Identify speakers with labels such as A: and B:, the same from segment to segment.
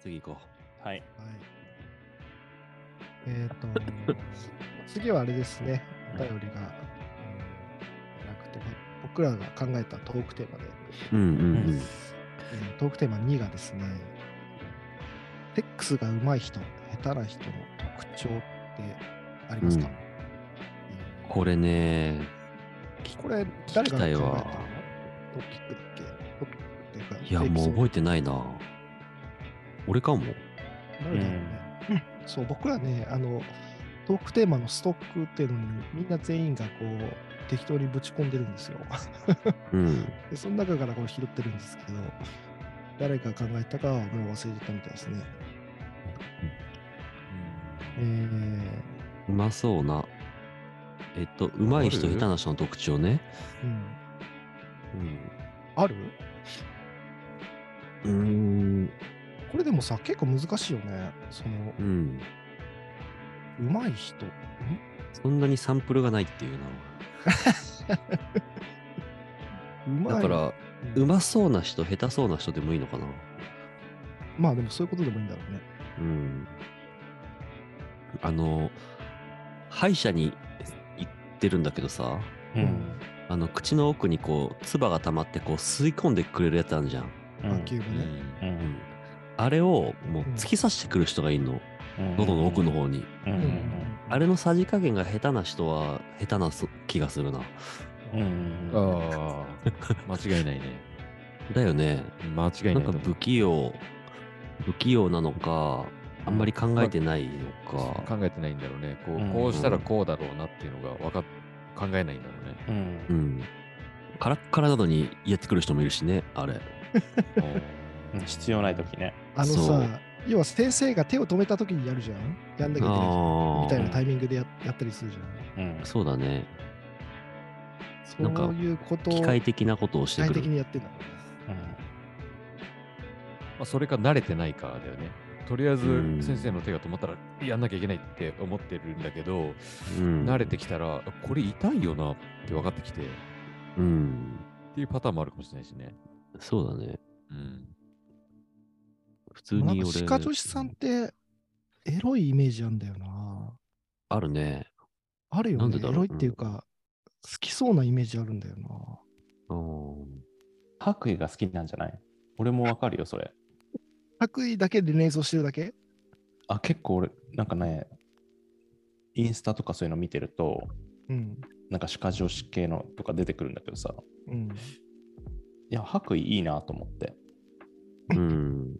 A: 次行こ
B: はい。
C: はい。えっ、と、 次はあれですね、お便りが、うんなくて、僕らが考えたトークテーマで、
A: う。うんうん
B: う
A: うんん。
C: えートークテーマ2がですね、セックスが上手い人、下手な人の特徴ってありますか、
A: うん
C: えー
A: これね、
C: これ、
A: 聞
C: 誰が考えたの
A: きたいわ
C: トピックだっけトピックっていうか、
A: いや、もう覚えてないな。俺かも。
C: え誰だろうね。そう、僕らね、あの、トークテーマのストックっていうのに、みんな全員がこう、適当にぶち込んでるんですよ。
A: うん。
C: で、その中からこう拾ってるんですけど、誰が考えたかはもう忘れてたみたいですね。えー、
A: うまそうな。えっと、うまい人、
B: あ
A: 下
B: る
A: 手な人の特徴ね。
C: うん。
A: うん。
C: ある
A: うーん。
C: これでもさ、結構難しいよね。その、
A: うん。
C: 上手い人。ん
A: そんなにサンプルがないっていうな。
C: 上手い
A: だから、
C: う
A: うんまそうな人、下手そうな人でもいいのかな。
C: まあでもそういうことでもいいんだろうね。
A: うん。あの、歯医者に行ってるんだけどさ、
B: う。
C: うん
A: あの、口の奥にこう、唾が溜まってこう、吸い込んでくれるやつあるじゃん。
B: う
C: 野
B: ん。
C: 球部ね。
A: う
B: うん
A: んあれをもう突き刺してくる人がいるの。喉の奥の。方に。
B: うん。
C: う
B: うんん。
A: あれのさじ加減が下手な人は下手なそ気がするな。
B: うん。
D: ああ、間違いないね。
A: だよね。
D: 間違いない
A: なん
D: と思
A: か不
D: う。
A: 器用、不器用なのか、あんまり考えてないのか。
D: 考えてないんだろうね。こ
B: うん
D: うこうしたらこうだろうなっていうのがわかっ考えないんだろうね。
B: うん
A: う。ん。カラッカラなのにやってくる人もいるしね、あれ。
B: うん必要ない時ね。
C: あの
A: そう
C: さ、要は先生が手を止めた時にやるじゃん。やんなきゃいけない
A: あ
C: みたいなタイミングでややったりするじゃん。
B: うん
A: あ。。そうだね。なんか
C: そういうことを
A: 機械的なことをして
C: 機械
A: く
C: 的
A: る。
C: にやってんだ。
D: まあ、それか慣れてないかだよね。とりあえず
A: うん
D: 先生の手が止まったらやんなきゃいけないって思ってるんだけど、
A: うん
D: 慣れてきたらこれ痛いよなって分かってきてっ
A: うん。
D: ていうパターンもあるかもしれないしね。
A: そうだね。
D: うん。
A: 普通に俺。
C: なんか鹿女子さんって、エロいイメージあんだよな。
A: あるね。
C: あるよね。
A: なんでだろう
C: エロいっていうか、好きそうなイメージあるんだよな。
A: うん
B: 白衣が好きなんじゃない俺もわかるよ、それ。
C: 白衣だけで連想してるだけ
B: あ、結構俺、なんかね、インスタとかそういうの見てると、
C: うん。
B: なんか歯科女子系のとか出てくるんだけどさ、
C: うん。
B: いや、白衣いいなと思って。
A: うん。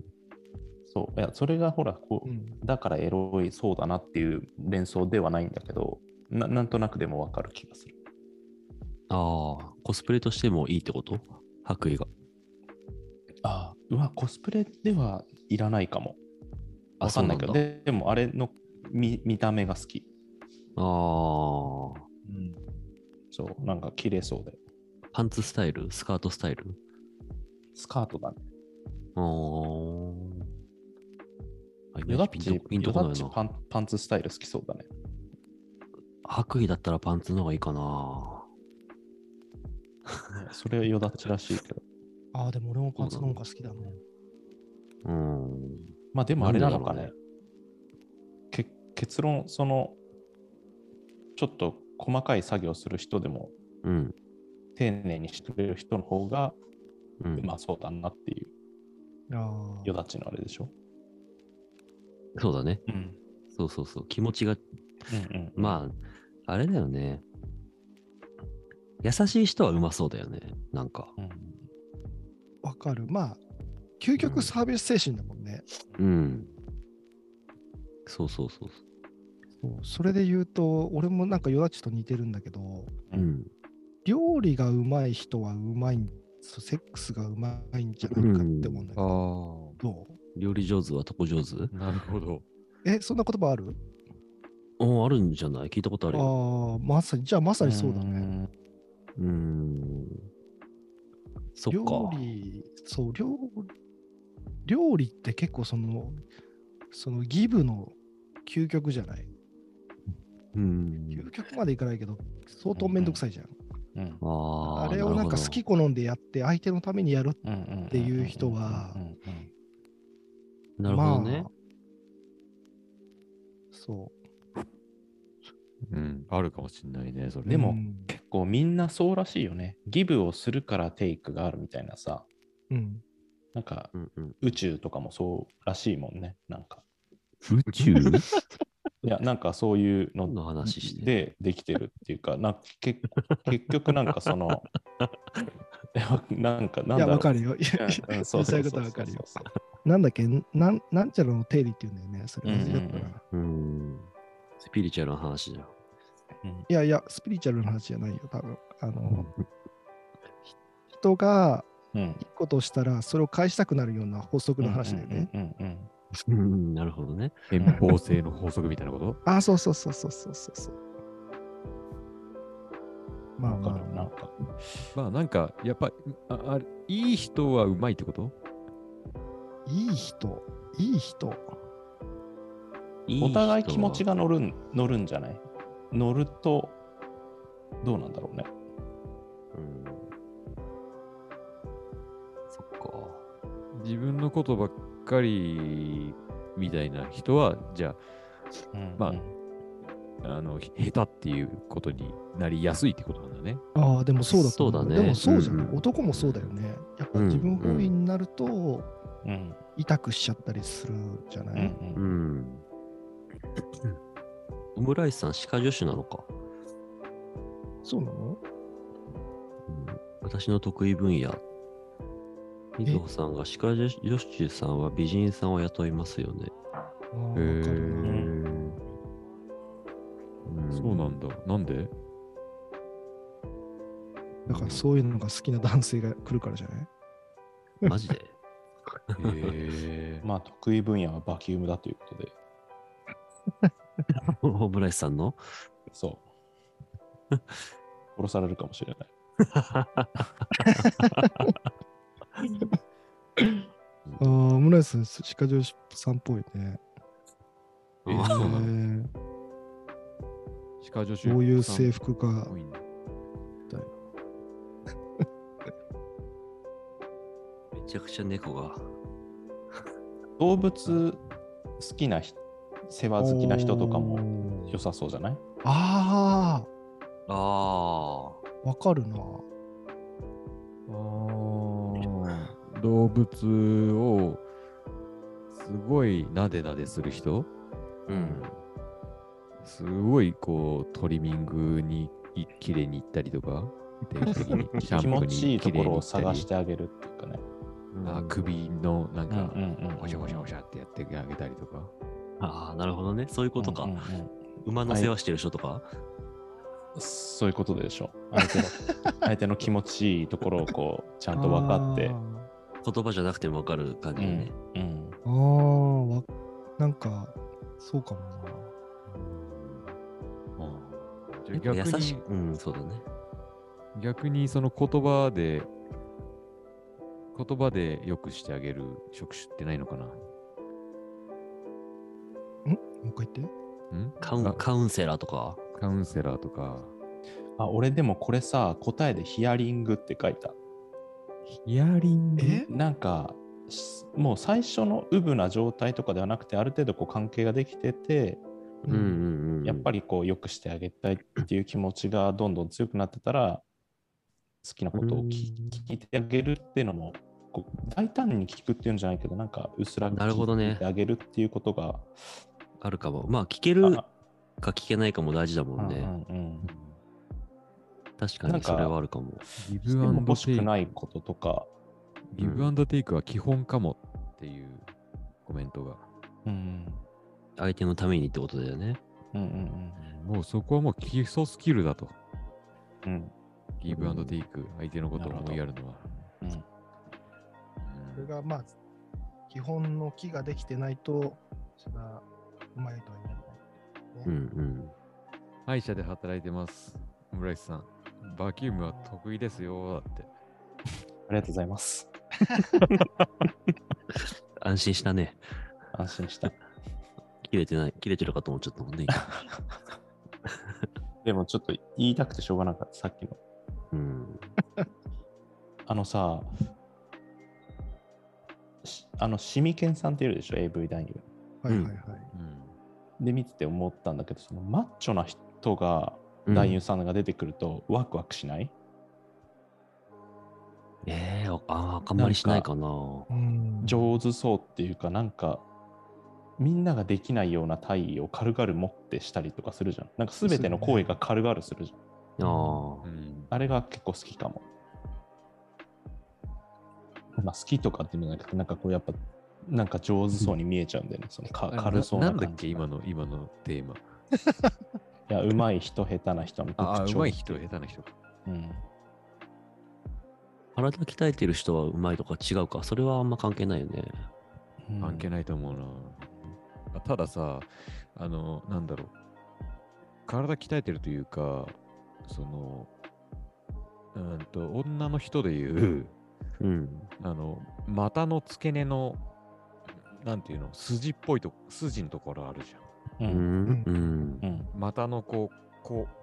B: そう。いや、それがほら、こ
C: う
B: う、
C: ん、
B: だからエロいそうだなっていう連想ではないんだけど、ななんとなくでもわかる気がする。
A: ああ、コスプレとしてもいいってこと白衣が。
B: ああ、うわ、コスプレではいらないかも。
A: あ
B: わかんないけど、
A: そうな
B: ででもあれの見見た目が好き。
A: ああ、
B: そう、なんか綺麗そうで。
A: パンツスタイルスカートスタイル
B: スカートだね。
A: あーあ。
B: ヨダピチ、
A: ピンとピンと
B: ヨ
A: こ
B: ダ
A: ない
B: ピチ
A: な。
B: パンパンツスタイル好きそうだね。
A: 白衣だったらパンツの方がいいかな。
B: ねそれはヨダチらしいけど。
C: ああ、でも俺もパンツの方が好きだね。
A: うん。
B: まあでもあれなのか
A: なん
B: ね
A: で。
B: け結論、その、ちょっと細かい作業する人でも、
A: うん。
B: 丁寧にしてくれる人の方が
A: う、
B: うんまそうだなっていう、
C: あ
B: ヨダチのあれでしょ。
A: そうだね。
B: うん。
A: そうそうそう。気持ちが、
B: うんうん。
A: まあ、あれだよね。優しい人はうまそうだよね。なんか。
B: うん
C: あ、わかる。まあ、究極サービス精神だもんね。
A: うん。そうそうそうそ
C: そうそれで言うと、俺もなんかヨダチと似てるんだけど、
A: う。うん。
C: 料理がうまい人はうまいんそうセックスがうまいんじゃないかって思うんだけ
D: あ
C: ど、
D: あ、
C: どう
A: 料理上手は男上手
D: なるほど。
C: え、そんな言葉ある
A: うん、あるんじゃない聞いたことあるよ。
C: ああ、まさに、じゃあまさにそうだね。
B: ね。
A: うーん。そっか。
C: 料理、そう、料料理って結構その、そのギブの究極じゃない。
A: うん。
C: 究極までいかないけど、相当めんどくさいじゃん。
B: うん
A: あ
C: あ
A: ー
C: れをなんか好き。好んでやって、相手のためにやる
B: うんうんうんうんうんうんうんうん
C: っていう人は
B: うんうん
A: なるほどね
C: まあ。そう。
D: うん、あるかもしんないね、それ。
B: で も
C: うん
B: 結構みんなそうらしいよね。ギブをするからテイクがあるみたいなさ、
C: うん。
B: なんか
A: うんうん、
B: 宇宙とかもそうらしいもんね。なんか。
A: 宇 宙
B: いや、なんかそういうの
A: 何の話してんの
B: でできてるっていうか、なんか結結局なんかその、 いやなんかなんだろう
C: いや、わかるよ。いや
B: うんそうそうそうそう
C: 言いたいことはわかるよなんだっけなん、なんちゃらの定理っていうんだよね。それ同じだった
B: うんうんう
C: ら
B: ん。
A: うん。スピリチュアルな話じゃん。
C: いやいや、スピリチュアルの話じゃないよ、多分。あの、人が
B: うん。
C: いいことをしたら、それを返したくなるような法則の話だよね。
B: うんうんうん
A: うん、なるほどね。
D: 遠方性の法則みたいなこと
C: あ、そうそうそうそうそうそうそう。
B: うん。
C: まあ、
B: わ
C: ま
B: かる。な
C: あ
B: ん、か。
D: まあなんか、やっぱ、ああれいい人はうまいってこと
C: いい人、
A: い
C: いい人。
A: い人は
B: お互い気持ちが乗るん乗るんじゃない乗るとどうなんだろうね。
A: うんそっか。
D: 自分のことばっかりみたいな人は、じゃ
B: うん
D: まあ
B: うん
D: あ、あの、へ下手っていうことになりやすいってことなんだね。
C: ああ、でもそうだと思
A: そうだね
C: でもそうじゃない、
A: うんうん
C: 男もそうだよね。やっぱ
A: うん
C: 自分本位になると、
B: うん
C: 痛くしちゃったりするじゃな
B: う
C: い、
B: んう
A: うんん。 オムライスさん、歯科助手なのか。
C: そうなの
A: 私の得意分野。みずほさんが歯科助手さんは美人さんを雇いますよね。
C: ああわかるな
A: うん
D: そうなんだ。なんで
C: だからそういうのが好きな男性が来るからじゃない
A: マジで
D: へ
B: まあ得意分野はバキュームだということで。
A: オムライスさんの
B: そう。殺されるかもしれない。
C: ああ、オムライス、歯科女子さんっぽいね。
D: えーそうなの
C: え
D: 歯科助手
C: ーどういう制服か
D: 多。いんだ
A: めちゃくちゃ猫が。
B: 動物好きな人、世話好きな人とかも
C: も
B: 良さそうじゃない
C: あ
A: あ
C: あ、わかるな。
D: あー動物をすごいなでなでする人、
A: あ。うん。
D: すごいこうトリミングにい綺麗に行ったりとか、定期的 にシャン
B: 気
D: プー
B: 持
D: に
B: ちいいと
D: 綺
B: こ
D: 麗に
B: ろ
D: 行
B: を
D: ったり
B: 探してあげるっていうかね。
D: あー首のなんか、
B: うんうんうん
D: ほしゃほしゃほしゃってやってあげたりとか。
A: ああ、なるほどね。そういうことか。
B: うんうんうん
A: 馬の世話してる人とか。
B: そういうことでしょう。相手の相手の気持ちいいところをこうちゃんと分かって
C: あ。
A: 言葉じゃなくてもわかる感じだね。
B: うんうん
C: ーあー、わなんか、そうかもな。
D: じゃあ
A: やっぱ
D: 逆
A: 優し
D: に
A: く。うん、そうだね。
D: 逆にその言葉で言葉でよくしてあげる職種ってないのかな
C: もう一回言って。
D: ん
A: カウン
D: あ
A: カウンセラーとか。
D: カウンセラーとか
B: あ俺でもこれさ答えでヒアリングって書いた
D: ヒアリング
C: え
B: なんかしもう最初のウブな状態とかではなくてある程度こう関係ができてて
A: うんうんうん。
B: やっぱりこう良くしてあげたいっていう気持ちがどんどん強くなってたら好きなことを聞聞いてあげるっていうのもこう大胆に聞くっていうんじゃないけどなんかうすら
A: なるほどね
B: 聞いてあげるっていうことが
A: あるかも。まあ、聞けるか聞けないかも大事だもん
B: う
A: ね。
B: んうんうん
A: 確か
B: な
A: に
B: んか
A: それはあるかも。
D: ギ
B: して
D: ブア
B: も
D: ン
B: 欲
D: ドテ
B: し
D: イ
B: く
D: ク
B: ないこととか、
D: ギブアンドテイクは基本かもっていうコメントが
B: うん、
A: 相手のためにってことだよね。
B: うんうん
D: もうそこはもう基礎スキルだと
B: うんうん
D: ギブアンドテイク相手のことを思いやるのは
B: うん
C: それがまあ、基本の木ができてないと、それはうまいとは言えない。
A: うんうん。
D: 歯医者で働いてます村井さんバキュームは得意ですよだって
B: ありがとうございます。
A: 安心したね。
B: 安心した。
A: 切れてない。切れてるかと思っちゃったもんね。今
B: でもちょっと言いたくてしょうがなかった、さっきの。
A: うん。
B: あのさ、しあの、シミケンさんっているでしょ、AV 男優。
C: はいはいはい。
B: で、見てて思ったんだけど、そのマッチョな人が、男優さんが出てくると、ワクワクしない
A: ええああんまりしないかな。
C: うん
B: 上手そうっていうか、なんか、みんなができないような体位を軽々持ってしたりとかするじゃん。なんか全ての行為が軽々するじゃ
A: あ
B: ん。
A: あ
D: うん
B: あれが結構好きかも。まあ、好きとかっていうのじゃなくて、なんかこう、やっぱ、なんか上手そうに見えちゃうんだよね。そのか軽そうな
D: な
B: 感
D: ん
B: じ
D: だっけ、今の、今のテーマ。
B: いや、上手い人、下手な人の特徴。
D: ああ、うまい人、下手な人。
B: うん。
A: 体鍛えてる人はうまいとか違うか、それはあんま関係ないよね。
D: 関係
B: ない。
D: ないと思うな。あたださ、あの、なんだろう。体鍛えてるというか、その、うーんと、女の人でいう、
A: うん。
D: あの、股の付け根の、なんていうの、筋っぽいと、筋のところあるじゃん。
B: う。
A: うんん。うん。
B: うん。
D: 股のこう、こう、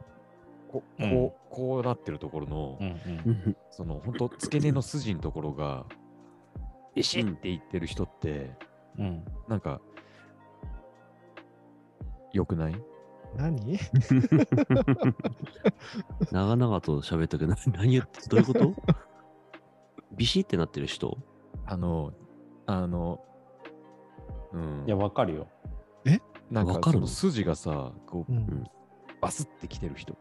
D: こう、
B: うん
D: こうこうなってるところの、
B: うん。
D: その、ほんと、付け根の筋のところが、ビシッっていってる人って、
B: うん。うん。
D: なんか、良くない
C: 何
A: 長々と喋ったけど、 な何言って、どういうことビシってなってる人
D: あの、あの、うん。
B: いや、わかるよ。
D: なん
A: わ
D: か
A: かる
D: そ
A: の
D: の筋がさ、こう、
C: うん
D: バスってきてる人。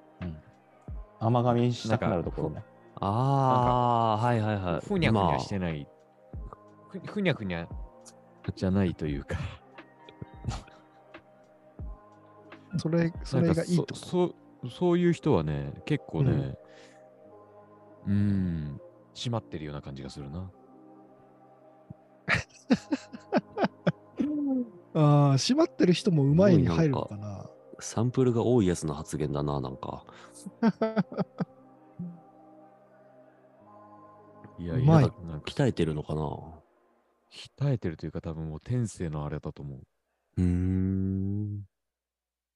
B: 甘噛みしたくなるところね。
A: ああ、はいはいはい。
D: ふにゃふにゃし
A: ま
D: てない。ふふにゃふにゃじゃないというか。
C: それ、それがいい
D: なん
C: と
D: かそそうそういう人はね、結構ね、うーん、締まってるような感じがするな。
C: ああ、閉まってる人もうまいに入るのかな。
A: あサンプルが多いやつの発言だな、なんか。
D: いや
C: う
D: い
C: ま
D: や、
C: い
D: なんか鍛
A: 鍛えてるのかな
D: えてるというか、多分もう天性のあれだと思う。
A: うーん。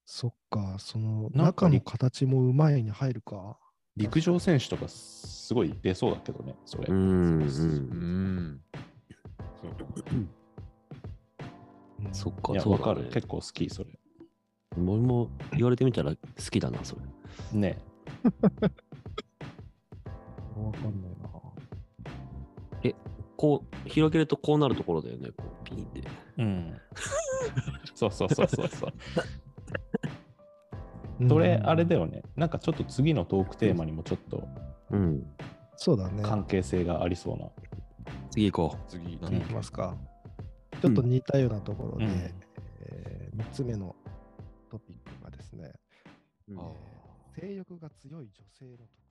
C: そっか、その
B: なんか
C: 中
B: り
C: の形もうまいに入るか。
B: 陸上選手とか、すごい出そうだけどね、それ。
A: うんうん
D: うーん。そうかも
C: うん
A: そっ
B: い
A: か、
B: や、
A: そ
B: わ
A: う
B: か
A: だ
B: る。
A: ね。
B: 結構好き、それ。
A: 俺も言われてみたら好きだな、それ。
B: ね。
C: わかんないな。
A: こう、広げるとこうなるところだよね、こう、ピーって。
B: うん。 そうそうそうそうそう。
C: うん
B: それ、あれだよね。なんかちょっと次のトークテーマにもちょっと
A: うん。
C: そうだね。
B: 関係性がありそうな。
A: 次行こ
D: 次、
B: ん
D: 何
C: いきますか。ちょっと似たようなところで、
B: うん
C: え3つ目のトピックがですね、
A: う。
C: えー性欲が強い女性の特徴。